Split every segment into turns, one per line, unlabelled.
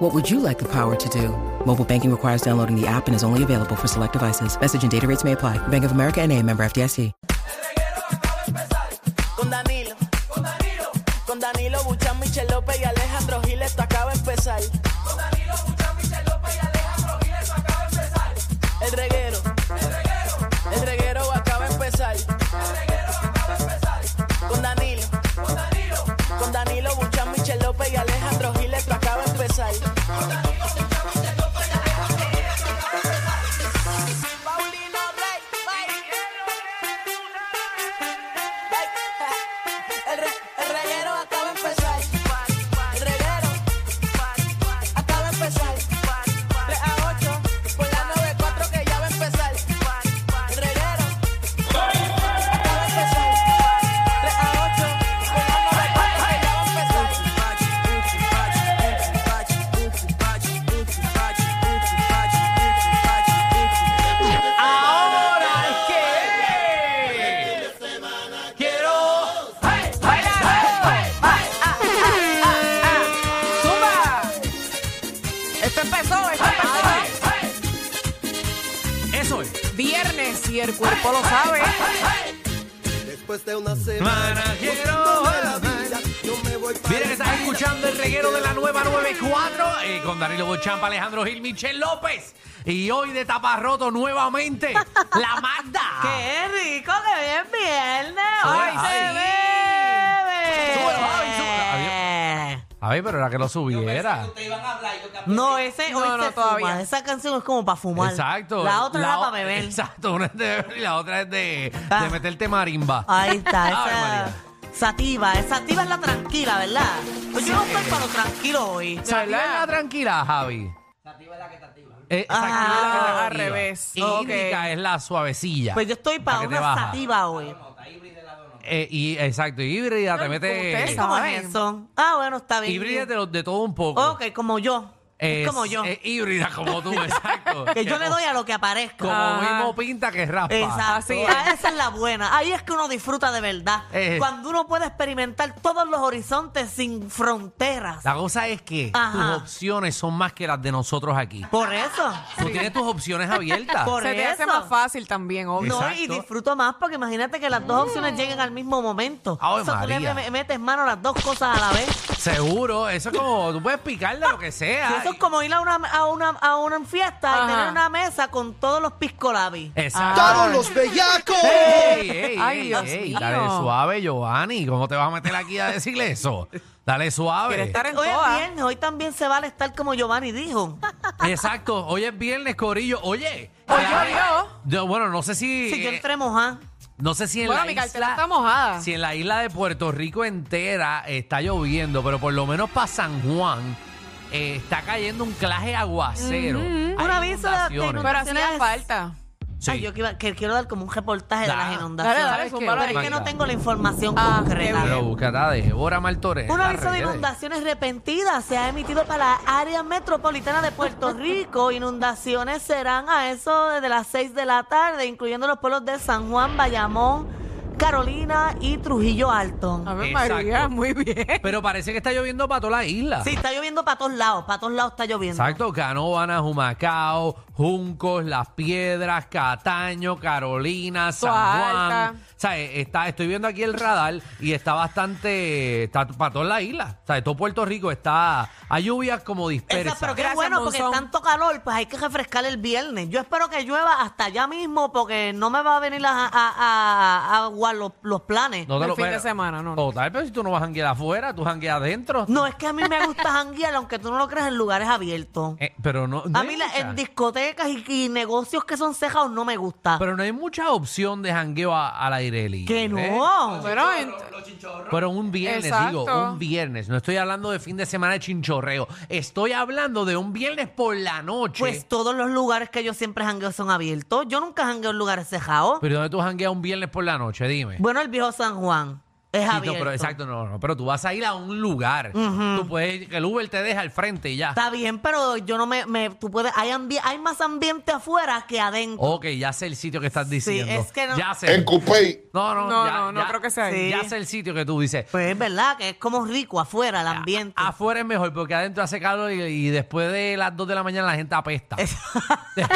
What would you like the power to do? Mobile banking requires downloading the app and is only available for select devices. Message and data rates may apply. Bank of America and a member FDIC.
Con Danilo, con Danilo, con Danilo Buchan, Michel López y Alejandro Gil, esto acaba de empezar. Con Danilo Buchan, Michel López y Alejandro Gil, esto acaba de empezar. El reguero, el reguero, el reguero acaba de empezar. El reguero acaba de empezar. Con Danilo, con Danilo, con Danilo Buchan, Michel López y Alejandro Gil, esto acaba de empezar. Paulino Rey, El, re, el reguero acaba de empezar. El reguero acaba de empezar. 3 a 8 por la 94 que ya va a empezar. El reguero acaba de empezar. 3 a 8 por la 94 que ya va a empezar.
Ahora es que quiero ¡Hey! bailar. ¡Hey! ¡Hey! Ah, ah, ah, ah.
¡Zumba! Esto empezó, esto empezó.
¡Hey! ¡Hey! Eso es.
Viernes y el
Pues
cuerpo lo sabe.
Después de una semana
Mana, quiero
gozando de la
bailar.
vida, yo me voy para
Miren, estás escuchando el reguero de la nueva 94 eh, con Danilo Bochampa, Alejandro Gil, Michel López. Y hoy de taparroto nuevamente, la Magda.
¡Qué rico que bien viernes!
Súbelo,
¡Hoy se
Javi.
bebe!
Súbelo, Javi, súbelo. A ver, pero era que lo subiera.
No, ese hoy
No, no,
se
todavía.
fuma. Esa canción es como para fumar.
Exacto.
La otra era
o-
para beber.
Exacto, una es de beber y la otra es de,
Ah.
de meterte marimba.
Ahí está,
Ave
esa
María.
sativa. Esa sativa es la tranquila, ¿verdad? Pues yo no estoy para lo tranquilo hoy.
¿Verdad? Es la tranquila, Javi. Eh,
Ah,
sativa es la que te activa.
al revés.
Y
Ok.
Índica es la suavecilla.
Pues yo estoy
La
para
que te
una
baja.
sativa hoy.
Eh, y, exacto, y híbrida te mete.
¿Ustedes cómo es eso? Ah, bueno, está bien.
Híbrida de, lo- de todo un poco.
Ok, como yo. Es como yo.
es eh, híbrida como tú, exacto.
Que yo le doy a lo que aparezca. Ah.
Como
Ajá.
mismo pinta que raspa.
Exacto.
es.
Ah, Esa es la buena. Ahí es que uno disfruta de verdad.
Eh.
Cuando uno puede experimentar todos los horizontes sin fronteras.
La cosa es que
Ajá.
tus opciones son más que las de nosotros aquí.
Por eso.
Tú tienes tus opciones abiertas.
Por
Se te hace
eso.
más fácil también, obvio.
No,
Exacto.
y disfruto más porque imagínate que las dos opciones lleguen al mismo momento.
Ave
Eso tú le
María.
me- metes mano a las dos cosas a la vez.
Seguro, eso es como, tú puedes picarle lo que
Sí,
sea.
eso es como ir a una, a una, a una fiesta
Ajá.
y tener una mesa con todos los piscolabis.
Exacto.
¡Todos los bellacos!
Ey, ey,
Ay,
ey,
Dios
ey,
mío.
Dale suave, Giovanni. ¿Cómo te vas a meter aquí a decirle eso? Dale
Quiere
suave.
estar en
Hoy es
todas.
viernes, hoy también se vale estar como Giovanni dijo.
Exacto. Hoy es viernes, Corillo. Oye.
Oye,
eh,
yo.
yo, bueno, no sé si.
Si yo
eh,
entré mojada.
No sé si en
Bueno,
la
mi cartera
isla-
está mojada.
Si en la isla de Puerto Rico entera está lloviendo, pero por lo menos para San Juan eh, está cayendo un claje aguacero. Hay
Un aviso de-
inundaciones.
de inundaciones.
Pero hacía
es-
falta.
Sí.
Ay, yo que, iba- que quiero dar como un reportaje
Da.
de las inundaciones.
Dale, dale,
¿Sabes qué?
zúmbalo
Pero es
ahí.
que no
Magda.
tengo la información
Ah,
concreta.
qué
Pero búscate de Débora Martorell.
Un
en
aviso
las
de
redes.
inundaciones repentinas se ha emitido para la área metropolitana de Puerto Rico. Inundaciones serán a eso desde las 6 de la tarde, incluyendo los pueblos de San Juan, Bayamón, Carolina y Trujillo Alto.
A ver,
Exacto.
María, muy bien.
Pero parece que está lloviendo para toda la isla.
Sí, está lloviendo para todos lados, para todos lados está lloviendo.
Exacto, Canóvanas, Humacao, Juncos, Las Piedras, Cataño, Carolina, San
Toa
Juan.
Alta.
O sea, eh, está, estoy viendo aquí el radar y está bastante, está para toda la isla. O sea, todo Puerto Rico está, hay lluvias como
Eso,
dispersas.
pero qué
Gracias,
bueno, porque
Monzón.
tanto calor, pues hay que refrescar el viernes. Yo espero que llueva hasta allá mismo, porque no me va a venir a, a, a- a evaluar los, los planes. No.
No te
El
lo
fin de
pero-
semana, no, no.
Total, pero si tú no vas a janguear afuera, tú jangueas adentro.
es que a mí me gusta janguear, aunque tú no lo creas, en lugares abiertos.
Eh, pero no. no
a
hay
mí la-
mucha-
en discotecas y, y negocios que son cejados no me gusta.
Pero no hay mucha opción de jangueo a- al aire libre.
que no.
Bueno, en-
Pero un viernes,
Exacto.
digo, un viernes. No estoy hablando de fin de semana de chinchorreo. Estoy hablando de un viernes por la noche.
Pues todos los lugares que yo siempre jangueo son abiertos. Yo nunca jangueo en lugares cejados.
pero ¿dónde tú jangueas un viernes por la noche? Dime.
Pues,
Bueno, el viejo San Juan es
Sí, no,
abierto.
pero exacto, no, no, pero tú vas a ir a un lugar. Tú puedes, que el Uber te deja al frente y ya.
Está bien, pero yo no me, me- tú puedes, hay, ambi- hay más ambiente afuera que adentro.
Ok, ya sé el sitio que estás diciendo.
es que no-
Ya sé.
En Coupé.
No, no,
No,
ya-
no, no
ya-
creo que sea ahí.
Ya
Sí.
sé el sitio que tú dices.
Pues es verdad que es como rico afuera el ambiente.
Afuera es mejor porque adentro hace calor y, y después de las 2 de la mañana la gente apesta.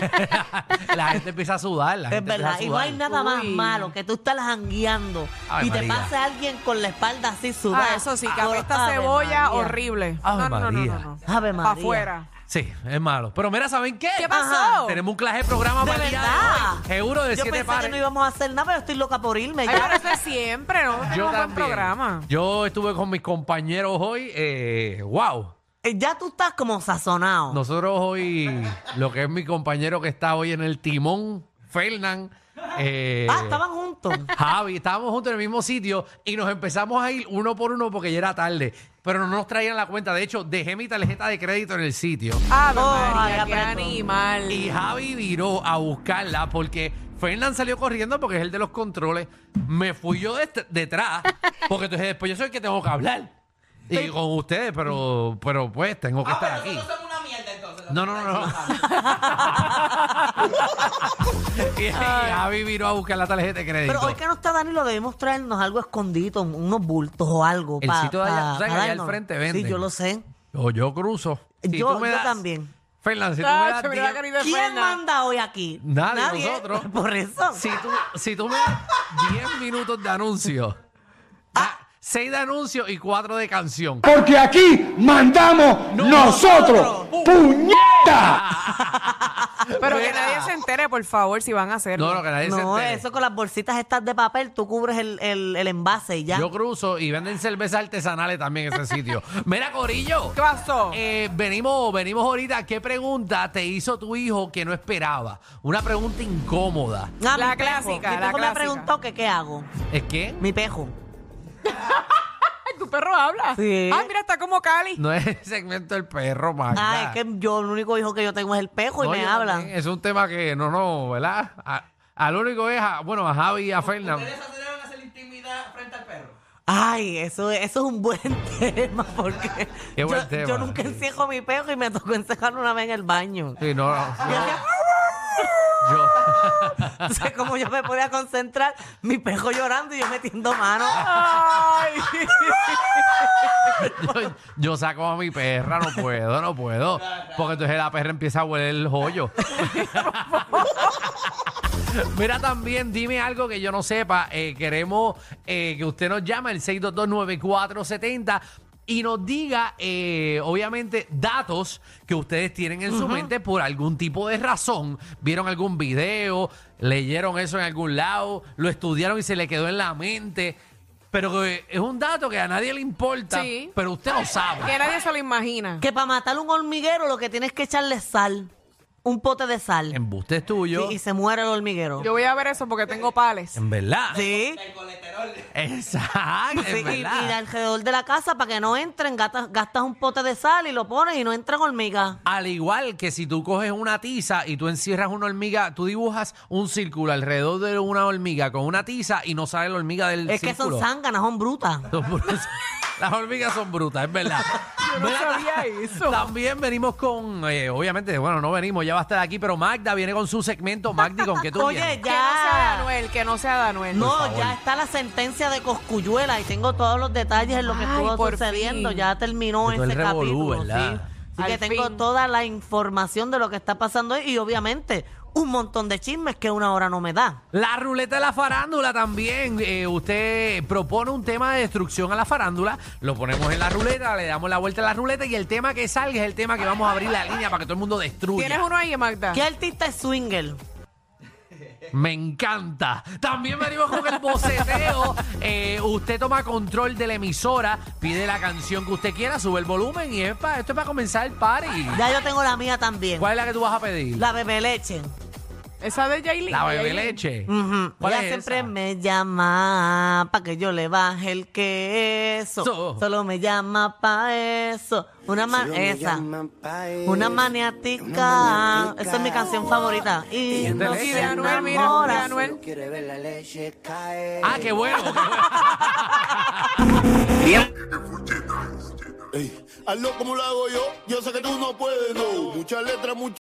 la gente empieza a sudar. La
es
gente
verdad, y
empieza
no
a sudar.
hay nada más
Uy.
malo que tú estás jangueando
Ay,
y te
María.
pasa alguien con la espalda así sudada.
Ah, eso sí, que
Por-
apesta
Ave
cebolla
María.
horrible.
Ave
no, no, no, no,
María.
no, no.
Ave
Pa'
María.
afuera.
Sí, es malo. Pero mira, ¿saben qué?
¿Qué
Ajá.
pasó?
Tenemos un clase de programa
¿De
para el día de
verdad?
hoy. Seguro de
Yo
siete
pensé
pares.
que no íbamos a hacer nada, pero estoy loca por irme.
Ay,
ya.
pero eso es siempre, ¿no?
Yo
Tenemos buen
también.
programa.
Yo estuve con mis compañeros hoy. eh, wow.
Eh, Ya tú estás como sazonado.
Nosotros hoy, lo que es mi compañero que está hoy en el timón, Fernán. eh,
ah, estaban juntos.
Javi, estábamos juntos en el mismo sitio y nos empezamos a ir uno por uno porque ya era tarde. Pero no nos traían la cuenta. De hecho, dejé mi tarjeta de crédito en el sitio.
Ave
Oh,
María,
ay,
qué
apretó.
animal.
Y Javi viró a buscarla porque Fernán salió corriendo porque es el de los controles. Me fui yo det- detrás porque entonces después yo soy el que tengo que hablar. Y con ustedes, pero, pero pues tengo que
Ah,
estar aquí. No, no, no. no. y, y Javi viró a buscar la tarjeta de crédito.
Pero hoy que no está Dani, lo debemos traernos algo escondido, unos bultos o algo.
El sitio de allá, tú sabes que allá al
darnos.
frente
Sí,
venden.
yo lo sé.
O yo cruzo.
Yo- yo también.
Fernan, si tú me
Ah,
das
se me da
10
cariño de
¿Quién
Fernan.
manda hoy aquí?
Nadie, nosotros.
Por eso.
si tú, si tú me das 10 minutos de anuncio,
Ah.
6 de anuncio y 4 de canción.
Porque aquí mandamos nosotros. ¡Puñeta!
Pero que nadie se entere, por favor, si van a hacerlo.
No, no, que nadie se
No,
entere.
eso con las bolsitas estas de papel, tú cubres el, el- el envase y ya.
Yo cruzo y venden cervezas artesanales también en ese sitio. Mira, Corillo.
¿Qué pasó?
Eh, venimos, venimos ahorita. ¿Qué pregunta te hizo tu hijo que no esperaba? Una pregunta incómoda.
Ah,
La
mi pejo.
clásica,
Mi
la
pejo me
clásica.
preguntó que qué hago.
¿Es que?
Mi pejo.
Ay, tu perro habla.
Sí.
Ay, mira, está como Cali.
No es el segmento del perro, man.
Ah, es que yo el único hijo que yo tengo es el pejo y
No,
me
yo
habla.
también. Es un tema que no, no, ¿verdad? A- al único es, a- bueno, a Javi y a Fernan.
Ay, eso, es- eso es un buen tema porque
Qué buen
yo,
tema.
yo nunca encejo mi pejo y me tocó encejar una vez en el baño.
Sí, no, no, yo-
Y hacía-
yo-
Entonces, como yo me podía concentrar, mi pejo llorando y yo metiendo mano.
Ay.
yo- yo saco a mi perra, no puedo, no puedo. Porque entonces la perra empieza a hueler el joyo. Mira también, dime algo que yo no sepa. Eh, queremos eh, que usted nos llame al 6229470 y nos diga, eh, obviamente, datos que ustedes tienen en su mente por algún tipo de razón. Vieron algún video, leyeron eso en algún lado, lo estudiaron y se le quedó en la mente. Pero que es un dato que a nadie le importa,
Sí.
pero usted lo sabe.
Que nadie se lo imagina.
Que para matar un hormiguero lo que tienes es que echarle sal, un pote de sal.
Embuste es tuyo.
Y, y se muere el hormiguero.
Yo voy a ver eso porque tengo pales.
En verdad.
Sí,
Exacto.
sí,
en
y, y
verdad.
alrededor de la casa para que no entren, gastas, gastas un pote de sal y lo pones y no entran hormigas.
Al igual que si tú coges una tiza y tú encierras una hormiga, tú dibujas un círculo alrededor de una hormiga con una tiza y no sale la hormiga del
Es que
círculo.
son zánganas, son brutas.
Son brutas. Las hormigas son brutas, es verdad.
Yo no
Mira,
sabía eso.
También venimos con, eh, obviamente, bueno, no venimos, ya va a estar aquí, pero Magda viene con su segmento. Magdi, ¿con qué tú
Oye,
vienes?
Que no sea
ya.
Danuel, que no sea Danuel.
No, ya está la sentencia de Coscuyuela y tengo todos los detalles en lo que
Ay,
estuvo
por
sucediendo.
fin.
Ya terminó
De todo el
ese
revolú,
capítulo.
¿verdad?
sí. Así
Al
que tengo
fin.
toda la información de lo que está pasando hoy y obviamente un montón de chismes que una hora no me da.
La ruleta de la farándula también. Eh, usted propone un tema de destrucción a la farándula, lo ponemos en la ruleta, le damos la vuelta a la ruleta y el tema que salga es el tema que vamos a abrir la línea para que todo el mundo destruya.
¿Tienes uno ahí, Magda?
¿Qué artista es swinger?
Me encanta. También venimos con el boceteo. Eh, usted toma control de la emisora, pide la canción que usted quiera, sube el volumen y es pa- esto es para comenzar el party.
Ya yo tengo la mía también.
¿Cuál es la que tú vas a pedir?
La bebé leche.
Esa de Jailin.
La bebé
Yailin.
leche.
Ujú.
¿Cuál
Ella
es
siempre
esa?
me llama para que yo le baje el queso.
So.
Solo me llama para eso. Una ma- esa. Una maniática. Esa es mi canción favorita. Y
es de
no
leche.
Y
se
de Anuel, mira, de
enamora.
Anuel.
Quiere ver la leche caer.
Ah, qué bueno. qué bueno.
Ey, hazlo como lo hago yo, yo sé que tú no puedes, no. Muchas letras, muchas